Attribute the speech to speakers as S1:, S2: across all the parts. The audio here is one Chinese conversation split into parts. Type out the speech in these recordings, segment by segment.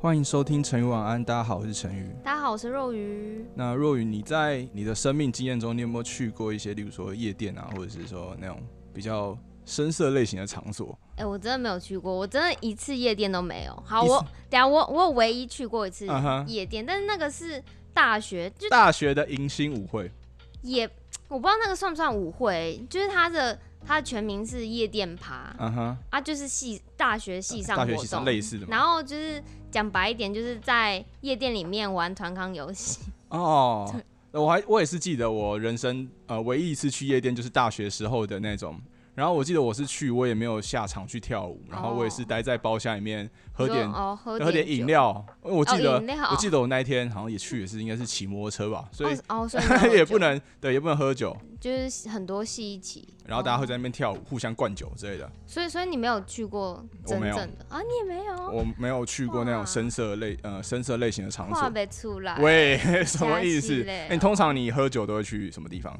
S1: 欢迎收听成语晚安，大家好，我是成语。
S2: 大家好，我是肉鱼。
S1: 那若雨，你在你的生命经验中，你有没有去过一些，例如说夜店啊，或者是说那种比较深色类型的场所？
S2: 哎、我真的没有去过，我真的一次夜店都没有。好，
S1: 一次
S2: 我等下我我有唯一去过一次
S1: 啊哈，
S2: 夜店，但是那个是大学，就
S1: 大学的迎新舞会，
S2: 也我不知道那个算不算舞会，就是它的它的全名是夜店趴
S1: 啊哈，
S2: 啊，就是系大学系上
S1: 大学
S2: 活
S1: 系上
S2: 动
S1: 类似的嘛。
S2: 然后就是讲白一点，就是在夜店里面玩团康游戏。
S1: 哦，那我还我也是记得我人生呃唯一一次去夜店就是大学时候的那种。然后我记得我是去，我也没有下场去跳舞，然后我也是待在包厢里面喝
S2: 哦说
S1: 点
S2: 哦，喝
S1: 喝点
S2: 酒
S1: 饮。料。我记得
S2: 哦饮料
S1: 我记得我那一天好像也去也是应该是骑摩托车吧，所以
S2: 哦 哦，所以没有喝
S1: 也
S2: 酒
S1: 不能对也不能喝酒，
S2: 就是很多戏一起，
S1: 然后大家会
S2: 哦
S1: 在那边跳舞，互相灌酒之类的。
S2: 所以，所以你没有去过真正的啊？你也没有，
S1: 我没有去过那种
S2: 哇
S1: 深色类呃深色类型的场
S2: 画
S1: 所。
S2: 不出来。
S1: 喂，什么意
S2: 假
S1: 思
S2: 戏？嘞
S1: 哎你通常你喝酒都会去什么地方？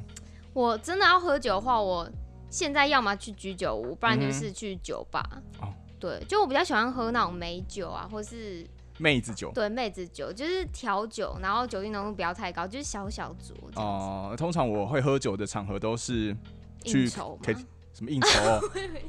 S2: 我真的要喝酒的话，我现在要么去居酒屋，不然
S1: 嗯
S2: 就
S1: 哼
S2: 是去酒吧。
S1: 哦
S2: 对，就我比较喜欢喝那种美酒啊，或是
S1: 妹子酒。
S2: 对妹子酒，就是调酒，然后酒精浓度不要太高，就是小小酌这样子。
S1: 哦、通常我会喝酒的场合都是去
S2: 应酬嘛
S1: K，什么应 酬、哦？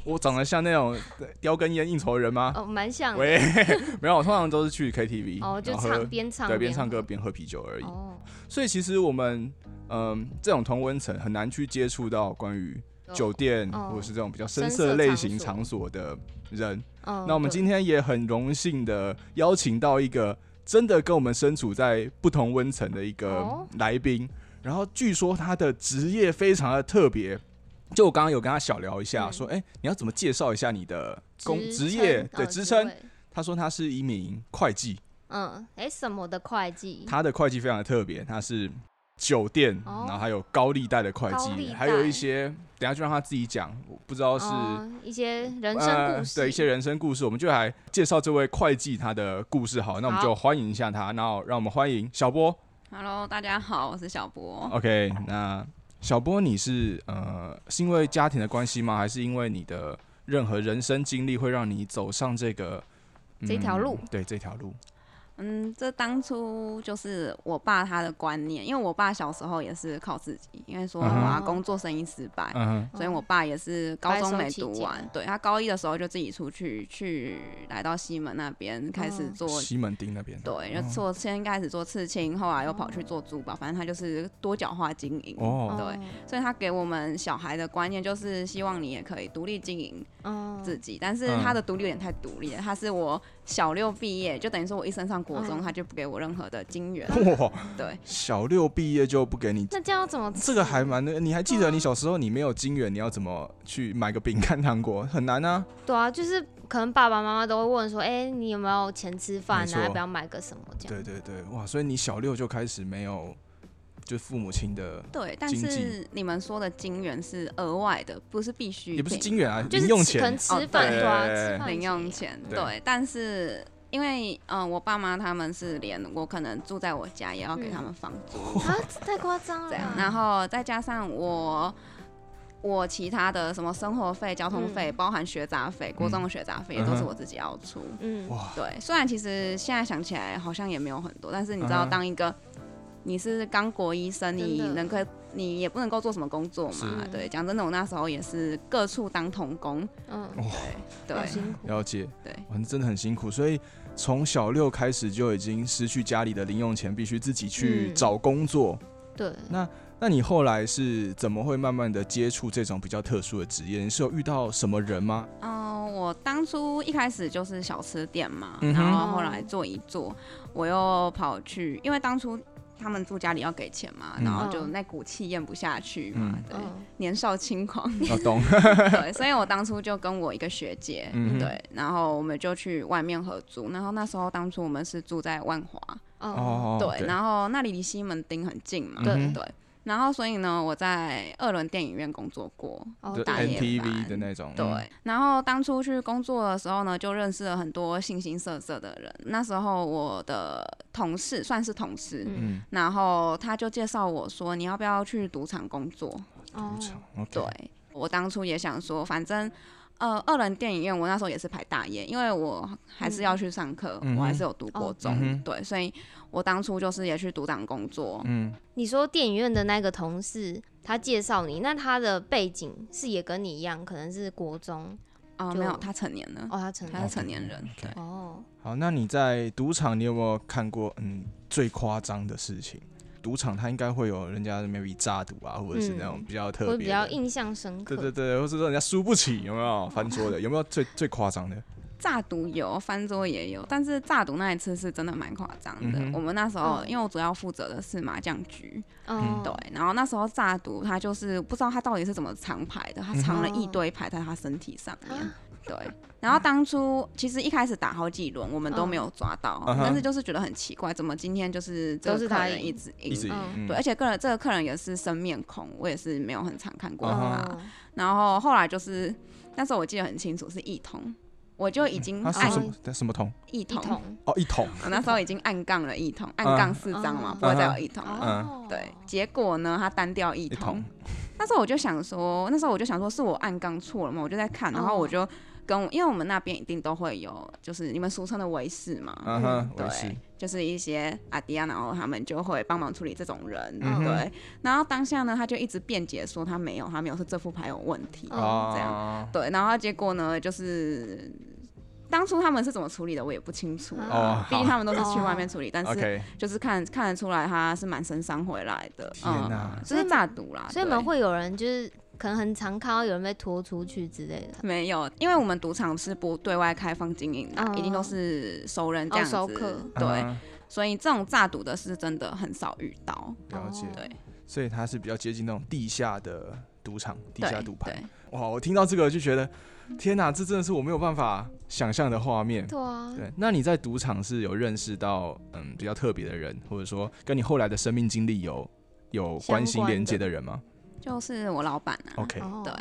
S1: 我长得像那种叼根烟应酬的人吗？
S2: 哦，蛮像的。
S1: 喂， 没有，我通常都是去 KTV，
S2: 哦，就
S1: 然后喝
S2: 唱边唱
S1: 对边唱
S2: 喝
S1: 歌边喝啤酒而已。
S2: 哦，
S1: 所以其实我们嗯、这种同温层很难去接触到关于酒店、
S2: 哦
S1: 或者是这种比较
S2: 深
S1: 深
S2: 色
S1: 色类型
S2: 场
S1: 场所的人。
S2: 嗯
S1: 那我们
S2: 对
S1: 今天也很荣幸的邀请到一个真的跟我们身处在不同温层的一个
S2: 哦
S1: 来宾，然后据说他的职业非常的特别。就我刚刚有跟他小聊一下，
S2: 嗯
S1: 说，哎、你要怎么介绍一下你的工职
S2: 职
S1: 业？
S2: 称
S1: 对，
S2: 哦
S1: 职
S2: 职
S1: 称。
S2: 位
S1: 他说他是一名会计，
S2: 嗯，哎，什么的会计？
S1: 他的会计非常的特别，他是酒店，
S2: 哦
S1: 然后还有高利贷的会
S2: 高利
S1: 计，
S2: 贷
S1: 还有一些，等一下就让他自己讲，我不知道是、
S2: 哦一些人生
S1: 呃
S2: 故事，
S1: 对一些人生故事，我们就来介绍这位会计他的故事。好，那我们
S2: 好
S1: 就欢迎一下他，然后让我们欢迎小波。
S3: Hello，大家好，我是小博。
S1: OK，那小波你是呃是因为家庭的关系吗？还是因为你的任何人生经历会让你走上这个、嗯
S2: 这条路？哎
S1: 对，这条路。
S3: 嗯，这当初就是我爸他的观念，因为我爸小时候也是靠自己，因为说我
S1: 嗯哼
S3: 阿公做生意失败，
S1: 嗯
S3: 所以我爸也是高中没读
S2: 白手起
S3: 完
S2: 家，
S3: 对他高一的时候就自己出去去来到西门那边开
S2: 嗯
S3: 始做
S1: 哼，。西门嗯町那边。
S3: 对，就做先开始做刺青，后来又跑去做珠宝，反正他就是多角化经营。
S1: 嗯哦，
S3: 对，所以他给我们小孩的观念就是希望你也可以独立经营，
S2: 嗯，
S3: 自己，但是他的独立有点太独立了。他是我小六毕业，就等于说我一升上国中，
S2: 嗯
S3: 他就不给我任何的金元。
S2: 哦
S1: 哇，
S3: 对，
S1: 小六毕业就不给你
S2: 那这样要怎么吃？
S1: 这个还蛮那个，你还记得你小时候你没有金元，你要怎么去买个饼干糖果？很难啊。
S2: 对啊，就是可能爸爸妈妈都会问说，哎、你有没有钱吃饭
S1: 没错
S2: 啊？要不要买个什么这样？
S1: 对对对，哇！所以你小六就开始没有，就父母亲的，
S3: 对，但
S1: 经
S3: 是
S1: 济
S3: 你们说的金元是额外的，不是必须，
S1: 也不是金元啊，
S2: 就是
S1: 零用
S2: 吃可能
S1: 钱。
S2: 吃饭、对啊，
S1: 对
S2: 吃饭
S3: 哦零用。钱。
S1: 对
S3: 对，但是因为嗯、呃我爸妈他们是连我可能住在我家也要给他们房租，
S2: 啊，这太夸张了
S3: 这样
S1: 嗯
S2: 吧，，
S3: 然后再加上我。我其他的什么生活费、交通费，包含学杂费，国中的学杂费也都
S1: 嗯
S3: 是
S1: 哼
S3: 我自己要出。
S2: 嗯，
S1: 哇，
S3: 对，虽然其实现在想起来好像也没有很多，但是你知
S1: 嗯
S3: 道，
S1: 哼
S3: 当一个你是刚国医生，
S2: 真
S3: 你
S2: 的
S3: 能够你也不能够做什么工作嘛
S2: 是。
S3: 对，讲真的，我那时候也是各处当童工。
S2: 嗯，
S1: 哇
S3: 对
S2: 好，辛苦，
S1: 了解。
S3: 对
S1: 哇，真的很辛苦。所以从小六开始就已经失去家里的零用钱，必须自己去
S2: 嗯
S1: 找工作。
S2: 对，
S1: 那你后来是怎么会慢慢的接触这种比较特殊的职业？你是有遇到什么人 吗？
S3: 嗯、我当初一开始就是小吃店嘛，
S1: 嗯哼
S3: 然后后来做一做，我又跑去，因为当初。他们住家里要给钱嘛，
S1: 嗯
S3: 然后就那股气咽不下去嘛，
S1: 嗯
S3: 对，
S2: 嗯，
S3: 年少轻狂，
S1: 我懂。
S3: 对，所以我当初就跟我一个学姐，
S1: 嗯
S3: 对，然后我们就去外面合租。然后那时候当初我们是住在万华，
S2: 哦，
S1: 哦，
S3: 对，然后那里离西门町很近嘛，
S1: 嗯哼
S3: 对。然后所以呢，我在二轮电影院工作过，
S2: 哦
S1: 就
S3: 打野
S1: NTV
S3: 蛮
S1: 的那种。
S3: 对。
S1: 嗯
S3: 然后当初去工作的时候呢，就认识了很多形形色色的人。那时候我的同事算是同事。
S2: 嗯，
S1: 嗯，
S3: 然后他就介绍我说：“你要不要去赌场工作？”
S2: 哦
S1: 嗯赌场。OK
S3: 对，我当初也想说，反正呃，二人电影院我那时候也是排大夜，因为我还是要去上课，
S1: 嗯
S3: 我还是有读国中，
S1: 哦嗯哼
S3: 对，所以我当初就是也去读档工作。
S1: 嗯，
S2: 你说电影院的那个同事，他介绍你，那他的背景是也跟你一样，可能是国中
S3: 啊、
S2: 就
S3: 没有，他成年了，
S2: 哦，他成
S3: 他是
S2: 年
S3: 成年人，对。
S2: 哦，
S1: 好，那你在赌场，你有没有看过嗯最夸张的事情？赌场它应该会有人家 maybe 诈赌啊，或者是那种比较特
S2: 会
S1: 别的、
S3: 嗯
S2: 比较印象深刻。
S1: 对对对，或是说人家输不起，有没有翻桌的？有没有最最夸张的？
S3: 炸毒有，翻桌也有，但是炸毒那一次是真的蛮夸张的。
S1: 嗯哼
S3: 我们那时候，
S2: 嗯
S3: 因为我主要负责的是麻将局，
S2: 嗯，
S3: 对，然后那时候炸毒他就是不知道他到底是怎么藏牌的，他藏了一堆牌在他身体上面，
S2: 啊
S3: 对。然后当初其实一开始打好几轮，我们都
S2: 嗯
S3: 没有抓到，
S1: 嗯哼
S3: 但是就是觉得很奇怪，怎么今天就是这
S2: 都
S3: 个
S2: 是
S3: 客
S2: 他
S3: 人
S2: 赢
S3: 一直赢
S1: 一，直赢、
S2: 嗯
S1: 嗯
S3: 对，而且个人这个客人也是生面孔，我也是没有很常看过
S1: 嗯
S3: 他。
S1: 哼
S2: 哦
S3: 然后后来就是那时候我记得很清楚是一通，我就已经
S1: 他
S2: 是
S1: 嗯啊什
S3: 按
S1: 什么什么桶？
S3: 一
S2: 一
S3: 通，
S2: 桶，
S1: 哦，一桶。
S3: 我那时候已经按杠了一通，按
S1: 嗯
S3: 杠四张嘛，
S2: 嗯
S3: 不会再有一通了。
S2: 哦，
S3: 对，结果呢，他单掉一
S1: 一桶
S3: 通。那时候我就想说，那时候我就想说，是我按杠错了嘛？我就在看，然后
S2: 哦
S3: 我就跟我，因为我们那边一定都会有，就是你们俗称的维士嘛，
S1: 嗯哼，我也是
S3: 对，哦就是一些阿迪亚，然后他们就会帮忙处理这种人，
S1: 嗯哼
S3: 对。然后当下呢，他就一直辩解说他没有，他没有，是这副牌有问题，
S2: 嗯
S3: 这样。
S1: 哦，
S3: 对，然后结果呢，就是当初他们是怎么处理的，我也不清楚啦。
S1: 哦
S3: 毕竟
S1: 好
S3: 他们都是去外面处理，但是
S1: OK，
S3: 就是看看得出来他是满身伤回来的。嗯
S1: 天哪
S3: 就是炸赌啦，
S2: 所以你
S3: 对
S2: 们会有人就是可能很常看到有人被拖出去之类的，
S3: 没有，因为我们赌场是不对外开放经营的，
S2: 嗯
S3: 一定都是熟人这样子。
S2: 哦熟客
S3: 对，
S1: 嗯
S3: 所以这种炸赌的是真的很少遇到。
S1: 了解。
S3: 哦对
S1: 所以它是比较接近那种地下的赌场、地下
S3: 对
S1: 赌盘。
S3: 对
S1: 哇，我听到这个就觉得，天哪，这真的是我没有办法想象的画面。
S2: 对啊，
S1: 对，那你在赌场是有认识到嗯比较特别的人，或者说跟你后来的生命经历有有
S2: 相
S1: 关心
S2: 关
S1: 连
S2: 的
S1: 接的人吗
S3: 就是我老板啊。
S1: ？OK，
S2: 哦，
S3: 对，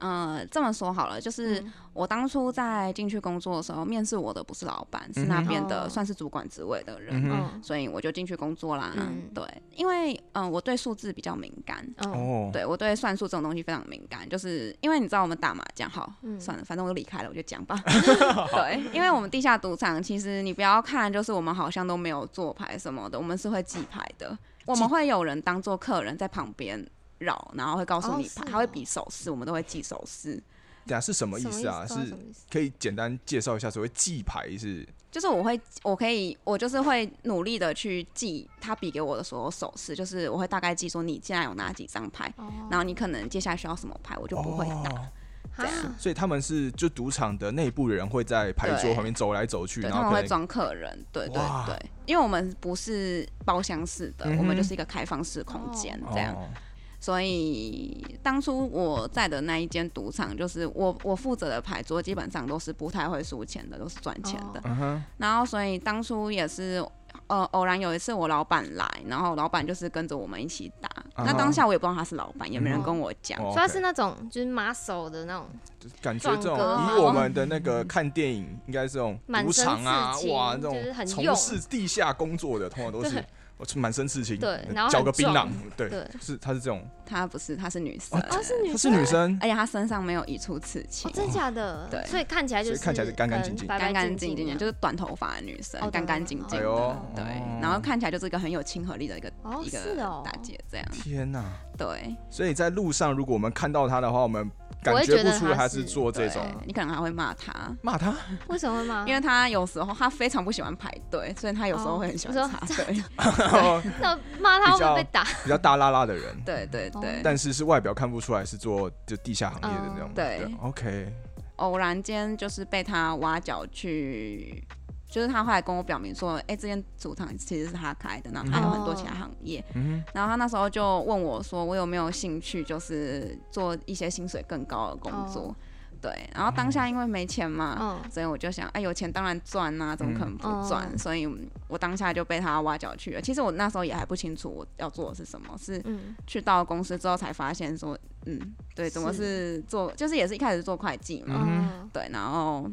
S3: 呃，这么说好了，就是
S2: 嗯
S3: 我当初在进去工作的时候，面试我的不是老板，是那
S1: 嗯哼
S3: 边的
S2: 哦
S3: 算是主管职位的
S1: 嗯
S3: 人，
S1: 哼
S2: 嗯
S3: 所以我就进去工作啦。
S2: 嗯
S3: 对，因为嗯、呃我对数字比较敏感，
S2: 嗯，
S1: 哦，
S3: 对我对算术这种东西非常敏感，就是因为你知道我们打麻将，好，
S2: 嗯
S3: 算了，反正我都离开了，我就 讲吧。对，因为我们地下赌场，其实你不要看，就是我们好像都没有做牌什么的，我们是会记牌的，我们会有人当做客人在旁边绕，然后会告诉
S2: 哦
S3: 你
S2: 是
S3: 牌，他会
S2: 哦
S3: 比手势，我们都会记手势。
S1: 等下是什么意思啊？
S2: 什么意
S1: 是
S2: 思哦什么意思
S1: 可以简单介绍一下所谓记牌是
S3: 就是我会，我可以，我就是会努力的去记他比给我的所有手势，就是我会大概记说你现在有哪几张牌，然后你可能接下来需要什么牌，我就不会打。
S1: 哦
S2: 哈
S1: 所以他们是就赌场的内部人会在牌桌
S3: 对
S1: 旁边走来走去，
S3: 对，
S1: 然
S3: 他们
S1: 后可
S3: 会
S1: 能
S3: 装客人，对对
S1: 哇
S3: 对，因为我们不是包厢式的，
S1: 嗯哼
S3: 我们就是一个开放式空间这样，
S1: 哦
S3: 所以当初我在的那一间赌场，就是我我负责的牌桌基本上都是不太会输钱的，都是赚钱的，
S1: 嗯哼，
S3: 然后所以当初也是。呃，偶然有一次我老板来，然后老板就是跟着我们一起打。
S1: 啊
S3: 那当下我也不知道他是老板，也没人
S2: 嗯
S3: 跟我讲。
S1: 哦
S2: 所以他是
S1: OK
S2: 那种就是马手的那种，
S1: 感觉这种
S2: 壮歌啊
S1: 以我们的那个看电影，应该是这种
S2: 满
S1: 赌
S2: 身
S1: 场啊
S2: 刺，青
S1: 哇，那
S2: 就是
S1: 种
S2: 很
S1: 从
S2: 用
S1: 事地下工作的，通常都是
S2: 对
S1: 我是满身刺青，呃
S2: 对然后
S1: 嚼
S2: 很
S1: 个槟榔
S2: 壮，
S1: 对，
S2: 对
S1: 是她是这种，
S3: 她不是，她是女生，
S2: 哦，是女
S1: 她是女生，
S3: 而且她身上没有一处刺青
S2: 哦，，真的假的？
S3: 对
S2: 所以看起来就
S1: 所以
S2: 是
S1: 看起来就干干净净
S2: 可能白
S3: 干
S2: 白
S3: 干
S2: 净
S3: 净
S2: 净
S3: 净
S2: 这
S3: 的，
S2: 样，
S3: 就是短头发的女生
S2: 啊哦，
S3: 干干净净
S1: 哎
S2: 对
S1: 呦
S3: 的，，对
S1: 哦，
S3: 然后看起来就是一个很有亲和力的一个
S2: 哦
S3: 一
S2: 是
S3: 个
S2: 哦
S3: 大姐这样，
S1: 天哪！
S3: 对
S1: 所以在路上，如果我们看到她的话，我们感
S2: 会
S1: 觉
S2: 觉
S1: 不
S2: 得
S1: 出
S2: 她
S1: 她
S2: 是
S1: 做这
S3: 对
S1: 种，
S3: 你可能还会骂她。
S2: 嗯
S1: 骂她，
S2: 为什么会吗？
S3: 因为她有时候她非常不喜欢排队，所以她有时候
S2: 哦
S3: 会很喜
S2: 你
S3: 欢
S2: 说哦
S3: 插 队。
S2: 那骂他
S1: 比
S2: 会不
S1: 较
S2: 会被打？
S1: 比较大拉拉的人，
S3: 对对
S2: 哦
S3: 对，
S1: 但是是外表看不出来是做就地下行业的那种
S2: 嗯，
S3: 对
S1: ，OK，
S3: 偶然间就是被她挖角去，就是她后来跟我表明说，哎、这间主场其实是她开的，然后还有很多
S2: 哦
S3: 其他行业。
S1: 嗯
S3: 然后她那时候就问我说，我有没有兴趣，就是做一些薪水更高的工作。对，然后当下因为没钱嘛，
S2: 哦嗯，
S3: 所以我就想，哎，有钱当然赚呐、怎么可能不赚？
S2: 嗯哦
S3: 所以我当下就被他挖角去了。其实我那时候也还不清楚我要做的是什么，是
S2: 嗯，
S3: 去到公司之后才发现说，嗯，对，怎么是做，就是也是一开始做会计嘛，
S2: 嗯，
S3: 对，然后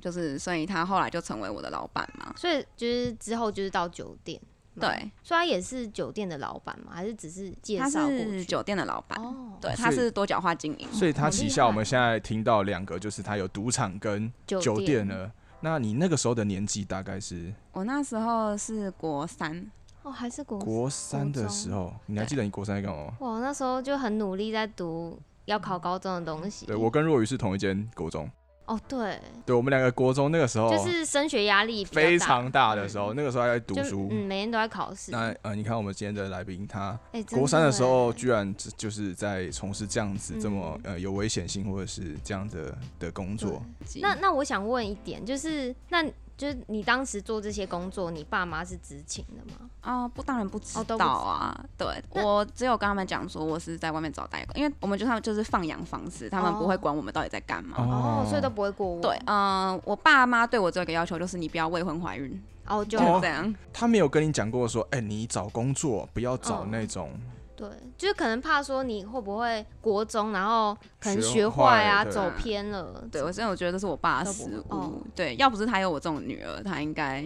S3: 就是，所以他后来就成为我的老板嘛。
S2: 所以就是之后就是到酒店，吗，
S3: 对，
S2: 所以他也是酒店的老板吗？还是只是啊介
S3: 他
S2: 绍过去？
S3: 是酒店的老板，
S2: 哦，
S3: 对，
S1: 所
S3: 他
S1: 以
S3: 是多角化经营。
S1: 所以他
S2: 嗯好
S1: 旗
S2: 厉
S1: 下我
S2: 害
S1: 们现在听到两个，就是他有赌场跟
S2: 酒
S1: 酒店了。那你那个时候的年纪大概是
S3: 我那时候是国三，
S2: 哦，还是国
S1: 国三的时候，你还记得你国三在干嘛吗？
S2: 哇，我那时候就很努力在读要考高中的东西。
S1: 嗯对我跟若雨是同一间国中，
S2: 哦，对，
S1: 对我们两个国中那个时候
S2: 就是升学压力比较
S1: 哦
S2: 大嗯
S1: 非常大的时候，那个时候还在读
S2: 就
S1: 书。
S2: 嗯，每天都在考试。
S1: 那呃，你看我们今天的来宾，他
S2: 哎，真
S1: 国三的
S2: 耶
S1: 时候居然只就是在从事这样子这么
S2: 嗯
S1: 呃有危险性或者是这样的的工作。
S2: 那那我想问一点，就是那就是你当时做这些工作，你爸妈是知情的吗？
S3: 哦，不，当然不知
S2: 哦都不知
S3: 道啊。对，
S2: 那
S3: 我只有跟他们讲说我是在外面找代购，因为我们就他们就是放养方式，他们
S2: 哦
S3: 不会管我们到底在干嘛。
S2: 哦，所以都不会过问。
S3: 对，，嗯、我爸妈对我这个要求就是你不要未婚怀孕，
S2: 哦，就
S3: 就
S1: 哦
S3: 这样。
S1: 他没有跟你讲过说，哎、你找工作不要找
S2: 嗯
S1: 那 种
S2: 对，就是可能怕说你会不会国中，然后可能
S1: 学
S2: 学
S1: 坏
S2: 坏啊，
S1: 对
S2: 走偏了。
S3: 对，我真的我觉得这是我爸的
S2: 都不
S3: 失误。
S2: 哦
S3: 对，要不是他有我这种女儿，他应该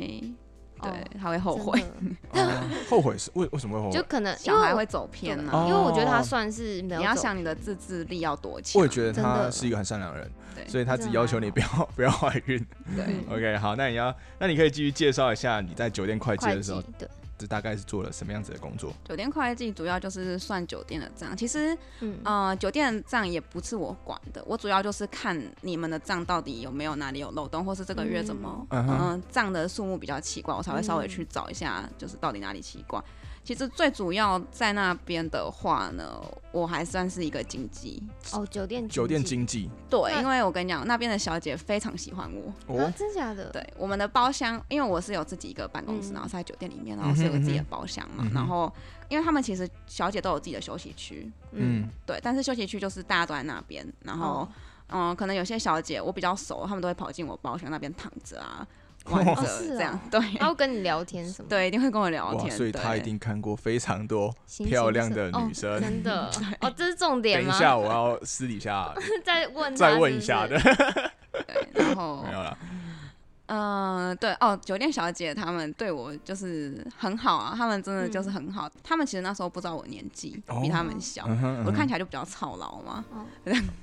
S2: 哦
S3: 对、他会后
S2: 真
S3: 悔，
S2: 的
S1: 哦 后悔是为为什么会后
S2: 就
S1: 悔？
S2: 可能因
S3: 小
S2: 为
S3: 孩
S2: 我
S3: 会走偏呢、
S1: 对哦
S2: 因为我觉得他算是没有
S3: 你要
S2: 走
S3: 想你的自制力要多强。
S1: 我也觉得
S2: 真
S1: 他
S2: 的
S1: 是一个很善良的人，
S3: 对
S1: 所以他只要求你不要不要怀孕。
S3: 对，
S2: 嗯
S1: OK，好，那你要那你可以继续介绍一下你在酒店会计的
S2: 会
S1: 时
S2: 计
S1: 候，，
S2: 对，
S1: 这大概是做了什么样子的工作？
S3: 酒店会计主要就是算酒店的账，其实
S2: 嗯，
S3: 呃，酒店账也不是我管的，我主要就是看你们的账到底有没有哪里有漏洞，或是这个月怎么
S1: 嗯哼
S3: 嗯账、的数目比较奇怪，我才会
S2: 嗯
S3: 稍微去找一下，就是到底哪里奇怪。其实最主要在那边的话呢，我还算是一个经济，啊
S2: 哦，酒店
S1: 酒店
S2: 经
S1: 经济
S3: 对，
S2: 那
S3: 因为我跟你讲，那边的小姐非常喜欢我。
S2: 济啊
S1: 哦，，
S2: 真假的？
S3: 对，我们的包厢，因为我是有自己一个办公室，
S2: 嗯
S3: 然后是在酒店里面，然后是有个自己的包厢嘛
S1: 嗯，哼
S3: 然后因为他们其实小姐都有自己的休息区，
S1: 嗯，
S3: 对，但是休息区就是大家都在那边，然后
S2: 哦，
S3: 嗯、可能有些小姐我比较熟，她们都会跑进我包厢那边躺 着啊，玩着
S2: 哦是哦
S3: 这样，对
S2: 他会跟你聊天什么？
S3: 对，一定会跟我聊
S1: 哇，
S3: 天，
S1: 所以他
S3: 对
S1: 一定看过非常多
S2: 心情
S1: 漂亮
S2: 什么
S1: 的女
S2: 哦
S1: 生
S2: 真 的哦，这是重点
S1: 等一
S2: 吗？
S1: 下，我要私底下
S2: 再问
S1: 再
S2: 他
S1: 问
S2: 是
S1: 一
S2: 不
S1: 下
S2: 是
S1: 的，
S3: 对，然后
S1: 没有啦，
S3: 嗯、对哦，酒店小姐她们对我就是很好啊，她们真的
S2: 嗯
S3: 就是很好，她们其实那时候不知道我年纪
S1: 哦
S3: 比她们小，
S1: 嗯哼嗯
S3: 我看
S1: 哼
S3: 起来就比较操劳嘛，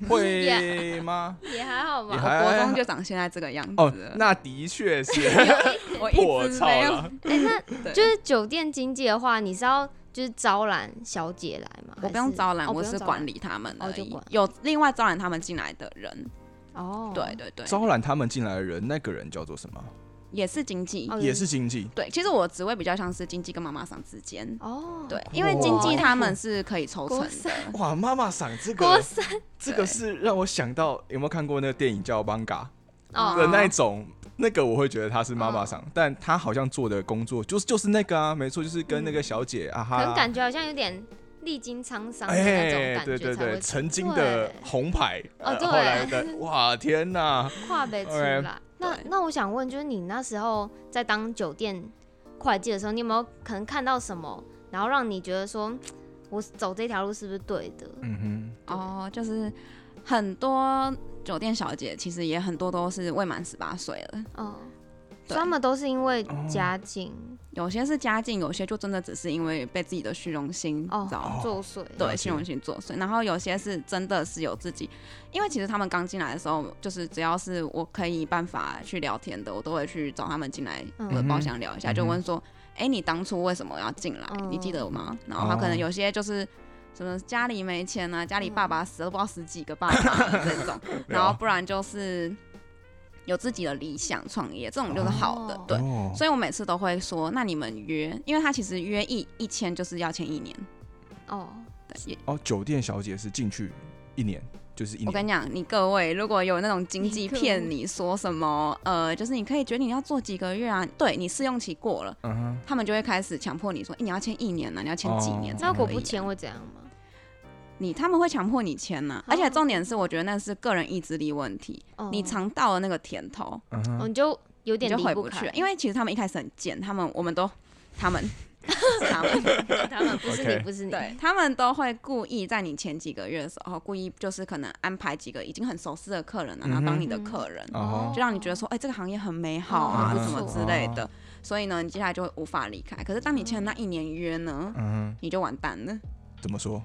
S1: 会吗？
S2: 也还 好
S1: 也
S2: 吧。
S1: 还
S3: 我国中就长现在这个样子
S1: 哦
S3: 了，，
S1: 那的确是
S3: 我嗯一
S1: 破
S3: 直
S1: 操
S3: 没有
S1: 了。
S2: 哎、那
S3: 对
S2: 就是酒店经济的话，你是要就是招揽小姐来吗？
S3: 我不用招揽，
S2: 还哦
S3: 我是管
S2: 理。
S3: 理他们
S2: 哦
S3: 而
S2: 就
S3: 已
S2: 管。
S3: 有另外招揽他们进来的人，
S2: 哦，
S3: 对，对对，
S1: 招揽他们进来的人，那个人叫做什么？
S3: 也是经济。
S2: 哦
S1: 也是经济
S3: 对，其实我职位比较像是经济跟妈妈桑之间。
S2: 哦，
S3: 对，因为经济他们是可以抽成的。
S1: 哇，妈妈嗓这
S2: 郭
S1: 个
S2: 三
S1: 这个是让我想到有没有看过那个电影叫《Manga》
S2: 哦
S1: 的那一种，那个我会觉得她是妈妈嗓，但她好像做的工作就是就是那个啊，没错，就是跟那个小姐啊
S2: 可能
S1: 哈，
S2: 感觉好像有点历经沧桑的那种
S1: 哎，
S2: 感
S1: 对
S2: 觉
S1: 对
S2: 才
S1: 对，
S2: 会
S1: 曾经的红牌，
S2: 哦
S1: 呃
S2: 对
S1: 后来的哇天哪，
S2: 跨北出
S1: OK，
S2: 来。那
S3: 对
S2: 那我想问，就是你那时候在当酒店会计的时候，你有没有可能看到什么，然后让你觉得说，嗯我走这条路是不是对的？
S1: 嗯
S3: 哦，就是很多酒店小姐其实也很多都是未满十八岁了，
S2: 哦，
S3: 对
S2: 所以他们都是因为
S1: 哦
S2: 家境
S3: 有些是家境，有些就真的只是因为被自己的虚荣心
S2: 哦
S3: 找
S2: 作祟，
S1: 了
S3: 对，
S1: 解
S3: 虚荣心作祟。然后有些是真的是有自己，因为其实他们刚进来的时候，就是只要是我可以办法去聊天的，我都会去找他们进来
S2: 嗯
S3: 我的包厢聊一
S1: 嗯
S3: 下，
S1: 哼哦
S3: 就问说，哎、你当初为什么要进来？
S2: 嗯
S3: 你记得吗？然后他可能有些就是。什么家里没钱
S1: 嗯
S3: 啊，家里爸爸死了，不知道十几个爸爸 这种，
S1: 哼，
S3: 然后不然就是有自己的理想创业，这种就是好的，
S2: 哦
S3: 对。
S1: 哦
S3: 所以我每次都会说，那你们约，因为他其实约一一签就是要签一年，
S2: 哦，
S3: 对，也
S1: 哦，酒店小姐是进去一年，就是一
S3: 我跟
S1: 年，
S3: 你讲，你各位如果有那种经济骗你说什么，呃，就是你可以决定你要做几个月啊，对你试用期过了，
S1: 嗯哼，
S3: 他们就会开始强迫你说，哎、你要签一年呢、啊，你要签几年
S1: 哦
S3: 才可以啊、
S2: 那我不签会怎样吗？
S3: 你他们会强迫你签呢、而且重点是，我觉得那是个人意志力问题，
S2: 哦
S3: 你尝到了那个甜头，
S1: 嗯哼
S2: 哦，你就有
S3: 你
S2: 点
S3: 就
S2: 离
S3: 回
S2: 不
S3: 去
S2: 开
S3: 了，因为其实他们一开始很贱，他们我们都他们他们
S2: 他们不是
S1: OK
S2: 你，不是你，
S3: 对他们都会故意在你前几个月的时候，故意就是可能安排几个已经很熟识的客人了，啊然后当你的
S2: 嗯哼
S3: 客人，
S1: 哦
S3: 就让你觉得说，哎、这个行业很美好啊，
S1: 哦
S3: 或
S1: 很
S3: 什么
S1: 不错
S3: 之类的。所以呢，你接下来就会无法离开。可是当你签了那一年约呢，
S1: 嗯，
S3: 你就完蛋了。
S1: 怎么说？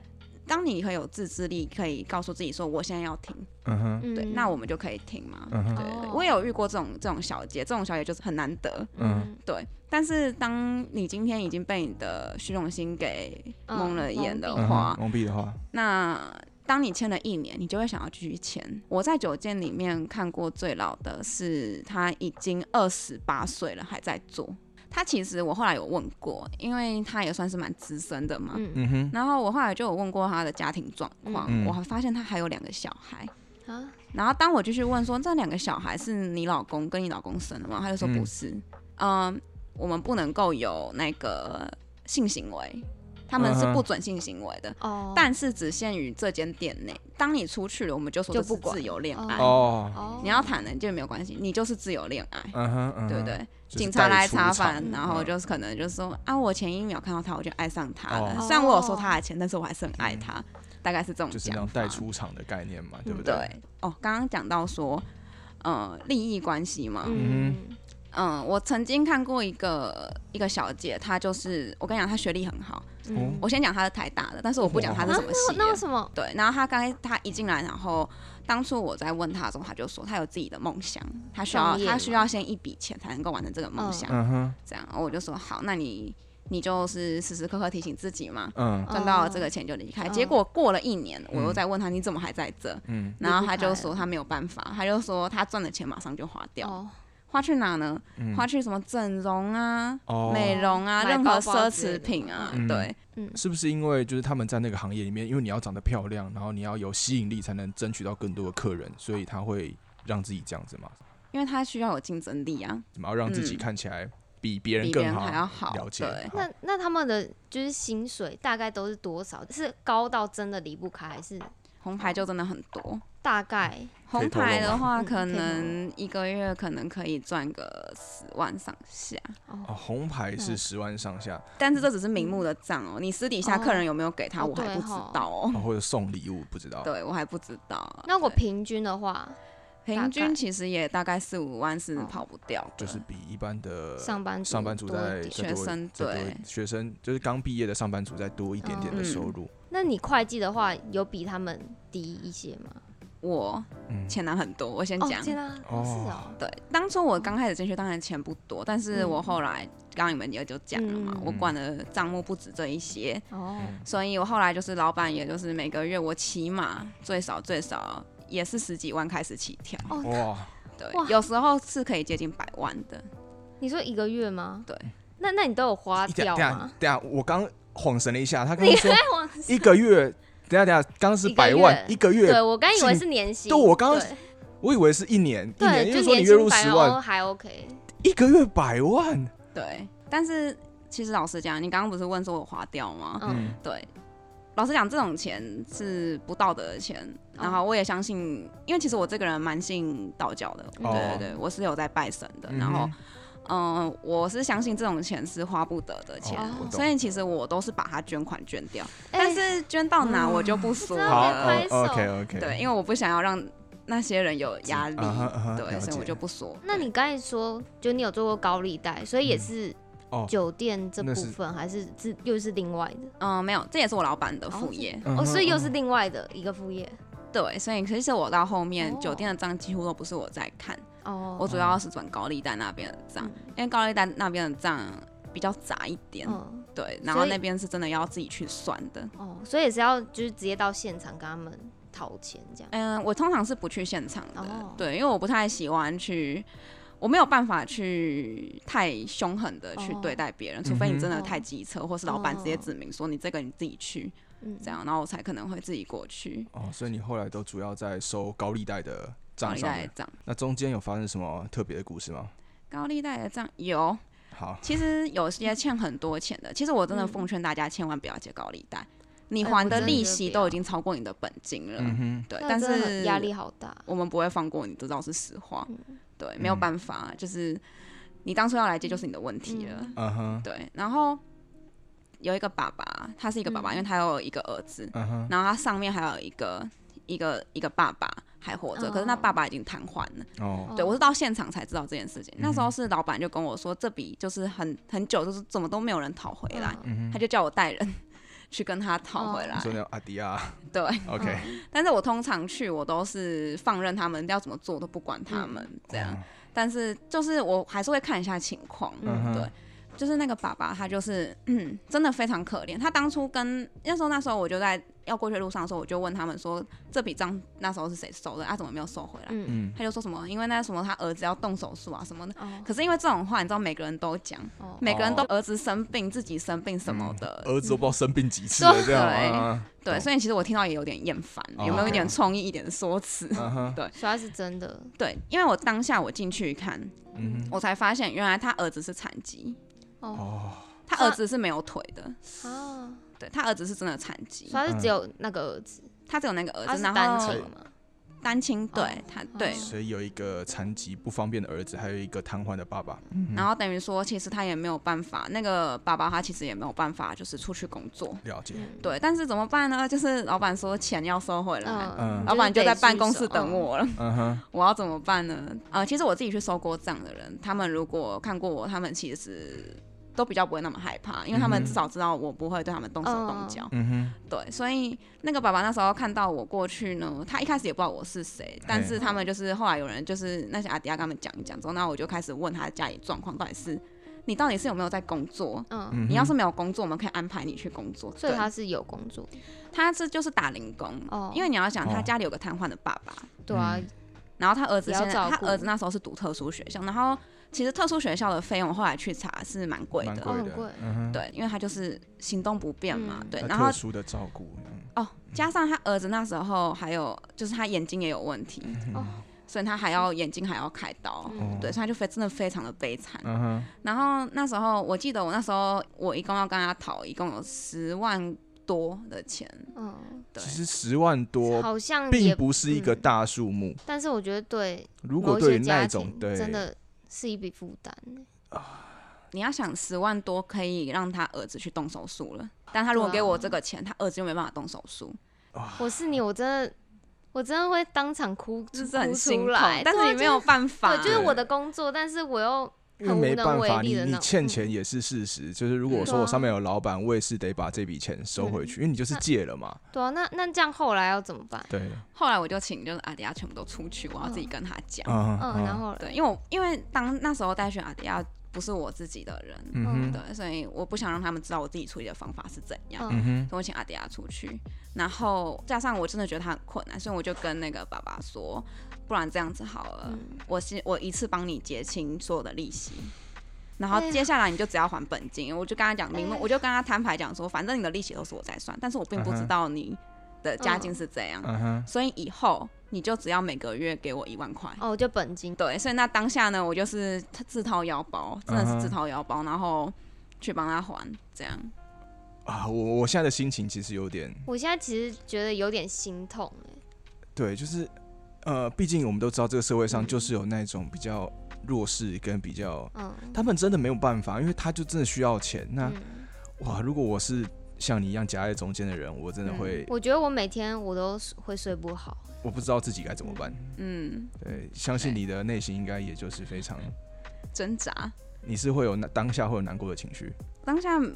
S3: 当你可以有自制力，可以告诉自己说，我现在要停，
S1: 嗯哼，
S2: 嗯
S3: 对，那我们就可以停嘛。
S1: 嗯哼，
S3: 对对对，
S2: 哦
S3: 我也有遇过这种这种小姐，这种小姐就是很难得。
S1: 嗯，
S3: 对，但是当你今天已经被你的虚荣心给
S2: 嗯
S3: 蒙了眼的
S1: 嗯
S3: 话
S1: 哼，，蒙蔽的话，
S3: 那当你签了一年，你就会想要继续签。我在酒店里面看过最老的是他已经二十八岁了还在做。他其实我后来有问过，因为他也算是蛮资深的嘛。
S2: 嗯
S1: 嗯哼，
S3: 然后我后来就有问过他的家庭状况，
S1: 嗯
S3: 我还发现他还有两个小孩。
S2: 啊
S3: 然后当我继续问说这两个小孩是你老公跟你老公生的吗？他就说
S1: 嗯
S3: 不是，嗯、我们不能够有那个性行为，他们是
S1: 嗯哼
S3: 不准性行为的。
S2: 哦，
S3: 但是只限于这间店内。当你出去了，我们就说
S2: 就
S3: 这是
S2: 不管
S3: 自由恋爱，
S1: 哦，
S2: 哦
S3: 你要谈的就没有关系，你就是自由恋爱，
S1: 嗯哼，嗯哼
S3: 对不？对？
S1: 就是
S3: 警察
S1: 带
S3: 来
S1: 出
S3: 查
S1: 场
S3: 房，
S2: 嗯
S3: 然后就是可能就是说啊，我前一秒看到他，我就爱上他
S1: 哦
S3: 了。
S1: 嗯
S3: 虽然我有收他的钱，但是我还是很爱他，大概是这种
S1: 就是那
S3: 讲
S1: 种
S3: 法
S1: 带。出场的概念嘛，对不
S3: 对？哦，刚刚讲到说，呃，利益关系嘛，
S1: 嗯
S2: 嗯
S3: 嗯，我曾经看过一个一个小姐，她就是我跟你讲，她学历很好，
S2: 嗯
S1: 哦
S3: 我先讲她是台大的，但是我不讲她是
S2: 啊
S3: 什么系、
S2: 那那为什么？
S3: 对，然后他刚才他一进来，然后当初我在问他的时候，他就说他有自己的梦想，他需要
S2: 创业
S3: 他
S2: 嘛
S3: 需要先一笔钱才能够完成这个梦想。
S1: 嗯哼，
S3: 这样，然后我就说好，那你你就是时时刻刻提醒自己嘛，
S1: 嗯
S3: 赚到了这个钱就离开。
S2: 哦
S3: 结果过了一年，我又在问他你怎么还在这，
S1: 嗯，
S3: 然后他
S2: 离
S3: 就
S2: 不开
S3: 说他没有办法，他就说他赚的钱马上就花掉，
S2: 哦，
S3: 花去哪呢？
S1: 嗯
S3: 花去什么整容啊、
S1: 哦，
S3: 美容啊、
S2: 买
S3: 任
S2: 包
S3: 何
S2: 包
S3: 奢
S2: 之类
S3: 侈
S2: 的
S3: 品啊，
S1: 嗯
S3: 对。
S1: 是不是因为就是他们在那个行业里面，因为你要长得漂亮，然后你要有吸引力，才能争取到更多的客人，所以他会让自己这样子嘛，
S3: 因为他需要有竞争力啊，
S1: 怎么要让自己
S3: 嗯
S1: 看起来比别人
S3: 比别
S1: 更
S3: 人还要
S1: 好？
S3: 好。
S1: 了解
S3: 对，，
S1: 好
S2: 那那他们的就是薪水大概都是多少？是高到真的离不开，还是
S3: 红牌就真的很多。
S2: 大概？
S1: 可以
S3: 红
S1: 透露
S3: 牌的话，
S2: 嗯可以
S3: 可
S2: 透露
S3: 能一个月可能可以赚个十万上下，
S1: 哦，红牌
S2: 嗯
S1: 是十万上下，
S3: 但是这只是明目的账哦。你私底下
S2: 哦
S3: 客人有没有给他，
S2: 哦
S3: 我还
S2: 对
S3: 不知
S2: 吼
S3: 道哦。
S1: 哦或者送礼物，不知道。
S3: 对，我还不知道。啊
S2: 那我
S3: 对
S2: 平均的话，
S3: 平
S2: 大概
S3: 均其实也大概四五万是
S2: 哦
S3: 跑不掉
S1: 就
S3: 的，
S1: 是比一般的
S2: 上班族
S1: 呃上班族
S2: 多一
S1: 在
S2: 点
S1: 再多
S3: 学生
S1: 再多
S3: 对
S1: 学生就是刚毕业的上班族再多一点点的
S3: 嗯
S1: 收入，
S2: 那你会计的话有比他们低一些吗？
S3: 我
S1: 嗯，
S3: 钱拿很多。我先
S2: 哦
S3: 讲，
S2: 天啊，
S1: 哦
S2: 是哦，
S3: 对，当初我刚开始进去，当然钱不多，但是
S2: 嗯
S3: 我后来刚刚你们也就讲了嘛
S2: 嗯，
S3: 我管的账目不止这一些，
S1: 嗯
S2: 哦，
S3: 所以我后来就是老板，也就是每个月我起码最少最少也是十几万开始起跳。
S2: 哦
S1: 哇，
S3: 对
S2: 哇，
S3: 有时候是可以接近百万的。
S2: 你说一个月吗？
S3: 对，
S2: 那那你都有花
S1: 一下
S2: 掉
S1: 等下
S2: 吗？
S1: 等下，我刚恍神了一下，他 刚
S2: 你
S1: 刚说
S3: 哎
S2: 还 往
S1: 一个月，等下等下，刚刚是
S2: 一个
S1: 百万
S2: 月
S1: 一个月
S2: 对，我刚以为是年薪，
S1: 对我刚刚
S2: 对
S1: 我以为是一年，一年，
S2: 对，
S1: 因
S2: 就
S1: 为说你
S2: 年
S1: 月入
S2: 薪百
S1: 十万，
S2: 哦还 OK，
S1: 一个月百万，
S3: 对，但是其实老实讲，你刚刚不是问说我花掉吗？
S2: 嗯，
S3: 对，老实讲，这种钱是不道德的钱。
S2: 哦
S3: 然后我也相信，因为其实我这个人蛮信道教的，
S2: 哦
S3: 对对对，我是有在拜神的。
S1: 嗯哼
S3: 然后，嗯、我是相信这种钱是花不得的钱，
S1: 哦我懂
S3: 所以其实我都是把它捐款捐掉，但
S2: 哎
S3: 是捐到哪我就不说
S2: 嗯
S3: 了。
S2: 好
S1: 好哦
S2: 拍手
S1: ，OK OK，
S3: 对，因为我不想要让那些人有压力，
S1: 啊哈啊哈了
S3: 对，所以
S1: 解
S3: 我就不说。
S2: 那你刚才说，就你有做过高利贷，所以也是
S1: 哦，
S2: 酒店这
S1: 那
S2: 部
S1: 是
S2: 分，还是自又是另外的？
S3: 嗯、没有，这也是我老板的呃副业，
S1: 嗯
S2: 哦，
S1: 哼
S2: 所以又
S1: 嗯
S2: 是
S1: 哼
S2: 另外的一个副业。
S3: 对，所以其实我到后面、
S2: 哦
S3: 酒店的账几乎都不是我在看，
S2: 哦，嗯
S3: 我主要是转高利贷那边的账，因为高利贷那边的账比较杂一点，
S2: 嗯
S3: 对，然后
S2: 所以
S3: 那边是真的要自己去算的。
S2: 哦，所以也是要就是直接到现场跟他们讨钱这样。
S3: 嗯，我通常是不去现场的，
S2: 哦
S3: 对，因为我不太喜欢去。我没有办法去太凶狠的去
S2: 哦
S3: 对待别人，除非你真的
S2: 嗯哼
S3: 太机车，或是老板直接
S2: 哦
S3: 指明说你这个你自己去，
S2: 嗯，
S3: 这样，然后我才可能会自己过去
S1: 哦，所以你后来都主要在收高利贷的
S3: 高
S1: 账
S3: 利
S1: 上
S3: 贷
S1: 面
S3: 的，账。
S1: 那中间有发生什么特别的故事吗？
S3: 高利贷的账有，
S1: 好，
S3: 其实有些欠很多钱的，其实我真的
S2: 嗯
S3: 奉劝大家千万不要借高利贷，你
S2: 哎
S3: 还
S2: 我
S3: 的
S2: 真的觉
S3: 利
S2: 得
S3: 息
S2: 不要
S3: 都已经超过你的本金了，
S1: 嗯哼，
S3: 对，
S2: 那
S3: 但
S2: 真的很
S3: 是
S2: 压力好大。
S3: 我们不会放过你，这倒是实话，对，没有
S1: 嗯
S3: 办法，就是你当初要来借就是你的问题了，
S2: 嗯
S1: 嗯哼，
S3: 对，然后有一个爸爸，他是一个爸爸，
S2: 嗯
S3: 因为他有一个儿子，
S1: 嗯哼，
S3: 然后他上面还有一个一个一个爸爸还活着，可是那
S2: 哦
S3: 爸爸已经瘫痪了。
S1: 哦，嗯
S3: 对
S2: 哦
S3: 我是到现场才知道这件事情，那时候是老板就跟我说，这笔就是很很久，就是怎么都没有人讨回来，
S1: 嗯
S3: 他
S1: 哼，
S3: 就叫我带人 去跟他讨回来
S1: 你。说那种阿迪亚
S3: 对，哦
S1: ，OK，
S3: 但是我通常去我都是放任他们要怎么做都不管他们
S1: 嗯
S3: 这
S1: 哦
S3: 样，但是就是我还是会看一下情况，
S1: 嗯哼
S3: 对。就是那个爸爸，他就是嗯，真的非常可怜。他当初跟那时候那时候我就在要过去的路上的时候，我就问他们说，这笔账那时候是谁收的啊？怎么没有收回来？
S2: 嗯，
S1: 嗯，
S3: 他就说什么，因为那什么他儿子要动手术啊什么的。
S2: 哦
S3: 可是因为这种话，你知道每个人都讲，
S2: 哦，
S3: 每个人都
S1: 哦
S3: 儿子生病、自己生病什么的，
S1: 儿子都不知道生病几次了，这样啊，
S3: 对，
S1: 懂
S3: 所以其实我听到也有点厌烦，
S1: 哦
S3: 有没有一点创意一点的说辞？
S1: 嗯哼，
S2: 所以他是真的，
S3: 对，因为我当下我进去看，
S1: 嗯哼，
S3: 我才发现原来他儿子是残疾，
S2: 哦
S1: 哦，
S3: 他儿子是没有腿的，
S2: 啊，
S3: 对他儿子是真的残疾，
S2: 所以他
S1: 嗯
S2: 是只有那个儿子，
S3: 他只有那个儿
S2: 他
S3: 子，
S2: 是
S3: 呃然
S2: 单
S3: 后
S2: 亲嘛，
S3: 单亲，
S2: 哦
S3: 对他对，
S1: 所以有一个残疾不方便的儿子，还有一个瘫痪的爸爸，
S3: 然后等于说其实他也没有办法，那个爸爸他其实也没有办法就是出去工作，
S1: 了解，
S2: 嗯，
S3: 对，但是怎么办呢？就是老板说钱要收回来。
S1: 嗯
S2: 嗯，
S3: 老板就在办公室等
S2: 哦，
S3: 我了，
S1: 嗯哼，
S3: 我要怎么办呢？呃，其实我自己去收过账的人，他们如果看过我，他们其实都比较不会那么害怕，因为他
S1: 嗯
S3: 们
S1: 哼
S3: 至少知道我不会对他们动手动脚。
S1: 嗯哼，
S2: 哦
S3: 对，所以那个爸爸那时候看到我过去呢，他一开始也不知道我是谁，
S1: 哎
S3: 但是他们就是后来有人就是那些阿迪亚跟他们讲一讲之后，那我就开始问他家里状况到底是你到底是有没有在工作？
S2: 嗯，
S1: 嗯哼
S3: 你要是没有工作，我们可以安排你去工作。
S2: 所以
S3: 对
S2: 他是有工作，
S3: 他是就是打零工，
S2: 哦
S3: 因为你要想他
S1: 哦
S3: 家里有个瘫痪的爸爸，
S2: 对啊，
S3: 然后他儿子现
S2: 也
S3: 在
S2: 要照
S3: 他
S2: 顾
S3: 儿子那时候是读特殊学校，然后其实特殊学校的费用后来去查是蛮贵
S1: 蛮
S3: 的，
S1: 贵
S2: 哦
S1: 的
S2: 很贵，
S1: 嗯哼，
S3: 对，因为他就是行动不便嘛，
S2: 嗯
S3: 对，
S1: 他
S3: 然后
S1: 特殊的照顾，嗯
S3: 哦加上他儿子那时候还有就是他眼睛也有问题，
S2: 哦，
S3: 所以他还要眼睛还要开刀。
S2: 嗯
S1: 嗯哦
S3: 对，所以他就非真的非常的悲惨。
S1: 嗯哼，
S3: 然后那时候我记得我那时候我一共要跟他讨，一共有十万多的钱。
S2: 嗯，
S3: 对
S1: 其实十万多
S2: 好像
S1: 并
S2: 也，
S1: 不是一个大数目，
S2: 但是我觉得对
S1: 如果
S2: 某一
S1: 对于
S2: 些
S1: 那
S2: 家
S1: 种
S2: 庭
S1: 对
S2: 真的是一笔负担，
S3: 你要想十万多可以让他儿子去动手术了，但他如果
S2: 对啊
S3: 给我这个钱，他儿子又没办法动手术。
S1: 啊
S2: 我是你，我真的，我真的会当场哭，
S3: 就是很
S2: 哭
S3: 心
S2: 出
S3: 痛
S2: 来，，
S3: 但啊是你没有办法，
S2: 对，啊就是我的工作，但是我又
S1: 因为
S2: 很无
S1: 没
S2: 能
S1: 办
S2: 为
S1: 法，
S2: 力
S1: 你
S2: 的那
S1: 你
S2: 种
S1: 欠钱也是事实。就是如果
S2: 嗯
S1: 说
S2: 对
S1: 我
S2: 啊
S1: 上面有老板，我也是得把这笔钱收回去，因为你就是借了嘛。
S2: 对啊，那那这样后来要怎么办？
S1: 对，
S3: 后来我就请就是阿迪亚全部都出去，我要自己跟他讲。
S1: 嗯
S2: 嗯，然后
S3: 对，因为我因为当那时候带去阿迪亚不是我自己的人，
S1: 嗯哼，
S3: 对，所以我不想让他们知道我自己处理的方法是怎样，
S2: 嗯
S1: 嗯哼，
S3: 所以我请阿迪亚出去。然后加上我真的觉得他很困难，所以我就跟那个爸爸说，不然这样子好了，
S2: 嗯
S3: 我是我一次帮你结清所有的利息。然后
S2: 哎呀
S3: 接下来你就只要还本金，我就跟他讲明目，
S2: 哎
S3: 我就跟他摊牌讲说，反正你的利息都是我在算，但是我并不知道你的家境是怎样，
S1: 嗯哼，
S3: 所以以后你就只要每个月给我一万块。
S2: 哦，就本金，
S3: 对，所以那当下呢，我就是自掏腰包，真的
S1: 嗯哼
S3: 是自掏腰包，然后去帮他还，这样。
S1: 啊，我我现在的心情其实有点
S2: 我现在其实觉得有点心痛哎、
S1: 对，就是呃，毕竟我们都知道这个社会上就是有那种比较弱势跟比较，
S2: 嗯
S1: 他们真的没有办法，因为他就真的需要钱。那
S2: 嗯，
S1: 哇，如果我是像你一样夹在中间的人，我真的会，
S2: 我觉得我每天我都会睡不好，
S1: 我不知道自己该怎么办。
S3: 嗯，
S1: 对，相信你的内心应该也就是非常，
S3: 挣扎，
S1: 你是会有那当下会有难过的情绪。
S3: 当下嗯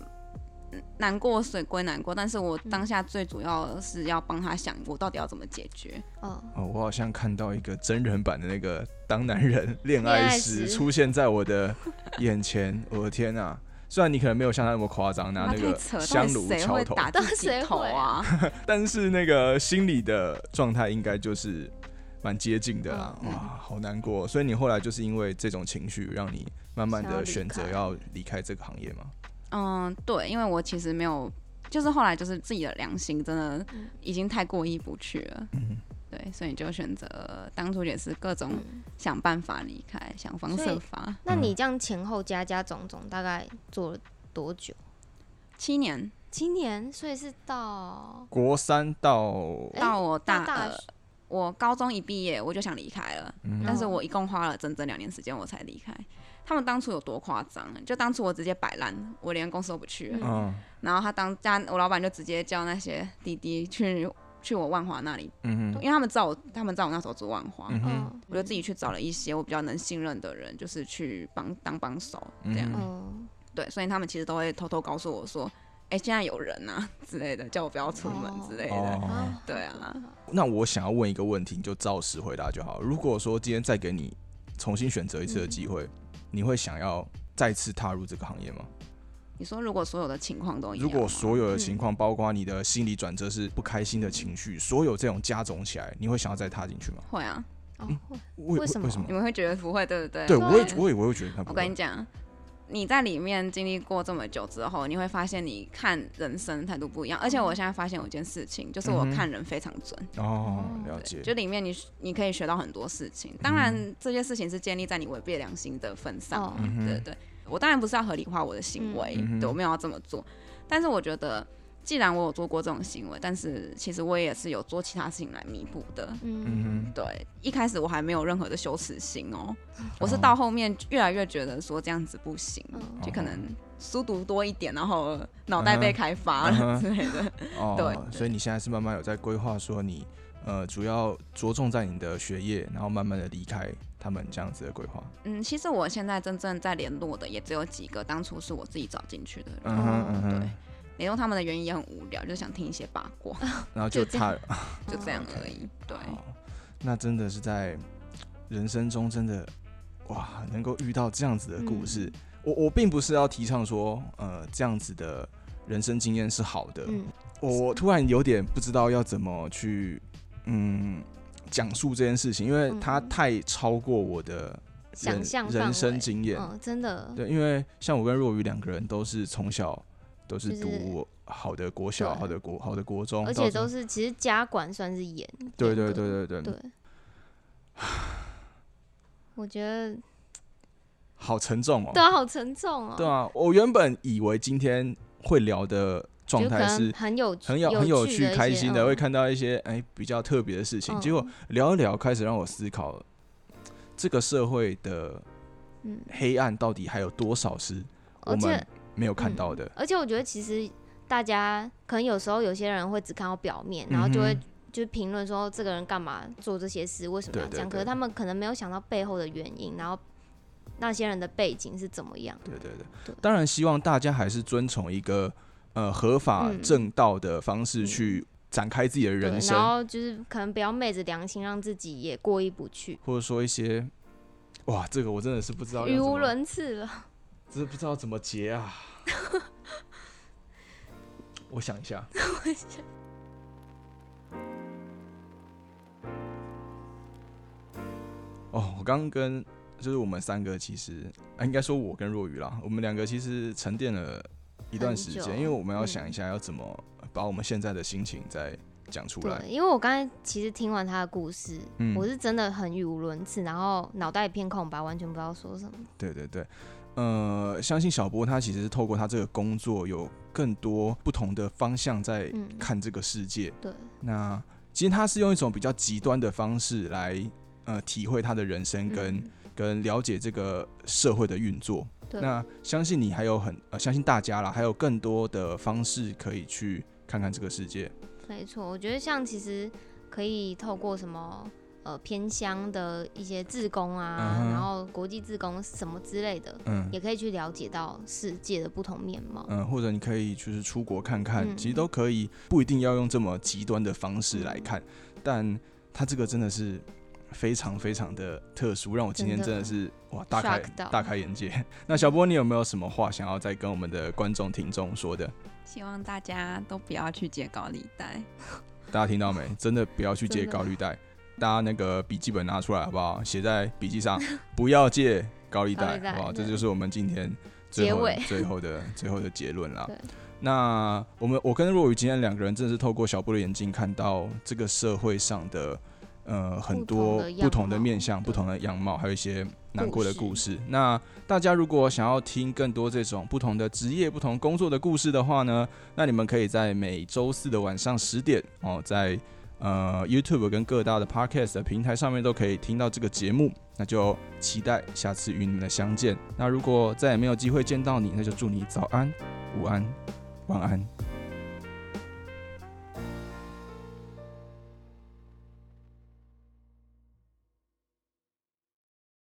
S3: 难过是归难过，但是我当下最主要的是要帮他想，我到底要怎么解决。
S2: 嗯，
S1: 哦，我好像看到一个真人版的那个《当男人恋
S2: 恋
S1: 爱
S2: 爱
S1: 时》
S2: 时
S1: 出现在我的眼前，我的天啊！虽然你可能没有像他那么夸张，拿
S3: 哇
S1: 那
S3: 太
S1: 个
S3: 扯了，到
S1: 香
S3: 底
S1: 炉
S3: 谁
S1: 敲
S3: 会
S1: 头，
S3: 打
S2: 到
S3: 自
S2: 底
S3: 己
S2: 谁
S3: 头
S2: 会
S3: 啊？
S1: 但是那个心理的状态应该就是蛮接近的啦。
S3: 嗯
S1: 哇，好难过。哦所以你后来就是因为这种情绪，让你慢慢
S2: 想要
S1: 的
S2: 离
S1: 选择
S2: 开
S1: 要离开这个行业吗？
S3: 嗯，对，因为我其实没有，就是后来就是自己的良心真的已经太过意不去了。
S1: 嗯
S3: 对，所以就选择当初也是各种想办法离开，想方
S2: 所以
S3: 设法。
S2: 那
S1: 嗯
S2: 你这样前后加加总总大概做了多久？
S3: 七年
S2: 七年，所以是到
S1: 国三到
S2: 哎
S3: 到我大
S2: 到大
S3: 二，
S2: 学
S3: 我高中一毕业我就想离开了，但是
S1: 嗯
S2: 哦
S3: 我一共花了整整两年时间我才离开。他们当初有多夸张？啊就当初我直接摆烂，我连公司都不去了。
S2: 嗯
S1: 嗯
S3: 然后他当家，我老板就直接叫那些弟弟去去我万华那里，
S1: 嗯哼
S3: 因为他们知道我，他们知道我那时候住万华，
S1: 嗯哼
S2: 嗯，
S3: 我就自己去找了一些我比较能信任的人，就是去帮当帮手这样。
S1: 嗯
S2: 哦，
S3: 对，所以他们其实都会偷偷告诉我说，哎、现在有人啊之类的，叫我不要出门之类的。
S1: 哦，
S2: 啊
S3: 对啊，
S1: 那我想要问一个问题，你就照实回答就好。如果说今天再给你重新选择一次的机会，你会想要再次踏入这个行业吗？
S3: 你说如果所有的情况都一样吗，
S1: 如果所有的
S2: 嗯
S1: 情况，包括你的心理转折是不开心的情绪，所有这种加总起来，你会想要再踏进去吗？
S3: 会啊，
S2: 哦
S1: 嗯
S2: 会
S1: 为
S2: 为什么
S1: 为什么
S3: 你？们会觉得不会，对不对？
S1: 对，
S2: 对
S1: 我也我也我也觉得他啊不
S3: 我
S1: 会
S3: 跟你讲，你在里面经历过这么久之后，你会发现你看人生态度不一样。而且我现在发现有一件事情，就是我
S1: 嗯嗯哼
S3: 看人非常准。
S1: 哦，
S2: 嗯
S1: 了
S3: 对
S1: 解，嗯
S3: 就里面你你可以学到很多事情。当然，这些事情是建立在你违背良心的份上嘛。
S2: 哦
S1: 嗯哼
S3: 对对，我当然不是要合理化我的行为，
S1: 嗯嗯哼
S3: 对我没有要这么做。但是我觉得，既然我有做过这种行为，但是其实我也是有做其他事情来弥补的。
S2: 嗯，
S1: 嗯
S3: 对，一开始我还没有任何的羞耻心哦，我是到后面越来越觉得说这样子不行，
S1: 哦
S2: 嗯
S3: 就可能书读多一点，然后脑袋被开发了
S1: 嗯嗯哼
S3: 之类的。
S1: 哼，哦，
S3: 对
S1: 所以你现在是慢慢有在规划，说你呃主要着重在你的学业，然后慢慢的离开他们这样子的规划。
S3: 嗯，其实我现在真正在联络的也只有几个，当初是我自己找进去的人。
S1: 嗯哼嗯
S3: 哦对
S1: 哼，，
S3: 联络他们的原因也很无聊，就想听一些八卦，
S1: 然后就
S2: 就这
S1: 踏
S2: 样
S3: 就这样
S1: 哦
S3: 而已。对，
S1: 好，那真的是在人生中真的哇，能够遇到这样子的
S2: 嗯
S1: 故事，我我并不是要提倡说呃这样子的人生经验是好的，
S2: 嗯
S1: 我我突然有点不知道要怎么去嗯讲述这件事情，因为它
S2: 嗯
S1: 太超过我的
S2: 想
S1: 人
S2: 象范
S1: 人生
S2: 围
S1: 经验。
S2: 嗯，真的，
S1: 对，因为像我跟若愚两个人都是从小都是
S2: 就是
S1: 读好的国小、
S2: 对
S1: 好的国、好的国中，
S2: 而
S1: 到
S2: 且
S1: 时
S2: 都
S1: 候
S2: 是其实家管算是严，
S1: 对对
S2: 严格
S1: 对对对，
S2: 对。我觉得
S1: 好沉重哦。
S2: 对啊，好沉重哦。
S1: 对啊，我原本以为今天会聊的状
S2: 就可
S1: 态
S2: 能
S1: 是
S2: 很有趣
S1: 很有很有趣、
S2: 的一
S1: 开
S2: 些
S1: 心的，会
S2: 嗯
S1: 看到一些哎比较特别的事情。结果
S2: 嗯
S1: 聊一聊，开始让我思考这个社会的
S2: 嗯
S1: 黑暗到底还有多少是我
S2: 而且
S1: 们没有
S2: 嗯
S1: 看到的。
S2: 而且我觉得其实大家可能有时候有些人会只看到表面，然后就会
S1: 嗯哼
S2: 就是评论说这个人干嘛做这些事，为什么
S1: 对
S2: 要
S1: 对
S2: 这样？可
S1: 对
S2: 是他们可能没有想到背后的原因，然后那些人的背景是怎么样。
S1: 对对对
S2: 对，
S1: 当然希望大家还是遵从一个呃合法
S2: 嗯
S1: 正道的方式去展开自己的
S2: 对
S1: 人，
S2: 然
S1: 生，
S2: 后就是可能不要昧着良心，让自己也过意不去，
S1: 或者说一些哇，这个我真的是不知道要
S2: 语
S1: 怎
S2: 无
S1: 么，
S2: 伦次了。
S1: 真的不知道怎么结啊。 我想一 下，哦，我刚刚跟就是我们三个其实，啊、应该说我跟若雨啦，我们两个其实沉淀了一段时
S2: 很久
S1: 间，因为我们要想
S2: 嗯
S1: 一下要怎么把我们现在的心情再讲出来
S2: 对，。因为我刚才其实听完他的故事，
S1: 嗯
S2: 我是真的很语无伦次，然后脑袋一片空白，完全不知道说什么。
S1: 对对对，呃，相信小波他其实是透过他这个工作有更多不同的方向在
S2: 嗯
S1: 看这个世界。
S2: 对，
S1: 那其实他是用一种比较极端的方式来呃体会他的人生跟、
S2: 嗯
S1: 跟了解这个社会的运作。
S2: 对
S1: 那相信你还有很呃，相信大家啦，还有更多的方式可以去看看这个世界。
S2: 没错，我觉得像其实可以透过什么呃偏乡的一些志工啊，
S1: 嗯哼
S2: 然后国际志工什么之类的，
S1: 嗯
S2: 也可以去了解到世界的不同面貌。
S1: 嗯、或者你可以就是出国看看，
S2: 嗯
S1: 其实都可以，不一定要用这么极端的方式来看。但他这个真的是非常非常的特殊，让我今天
S2: 真
S1: 真
S2: 的
S1: 的是哇大开
S2: Shock 到
S1: 大开眼界。 那小波，你有没有什么话想要再跟我们的观众听众说的？
S3: 希望大家都不要去借高利贷。
S1: 大家听到没？真的不要去借
S2: 真的
S1: 高利贷，大家那个笔记本拿出来好不好？写在笔记上， 不要借高利
S2: 高
S1: 贷
S2: 利，贷
S1: 好不好？这
S2: 对
S1: 就是我们今天最后
S2: 结尾
S1: 最后的最后的结论啦
S2: 对。
S1: 那我们我跟若雨今天两个人，真的是透过小波的眼睛看到这个社会上的呃很多
S2: 不同的样貌
S1: 不同的面相、
S2: 对
S1: 不同的样貌，还有一些难过的故
S2: 故
S1: 事。那大家如果想要听更多这种不同的职业、不同工作的故事的话呢，那你们可以在每周四的晚上十点哦，在呃 YouTube 跟各大的 Podcast 的平台上面都可以听到这个节目。那就期待下次与你们的相见。那如果再也没有机会见到你，那就祝你早安、午安、晚安。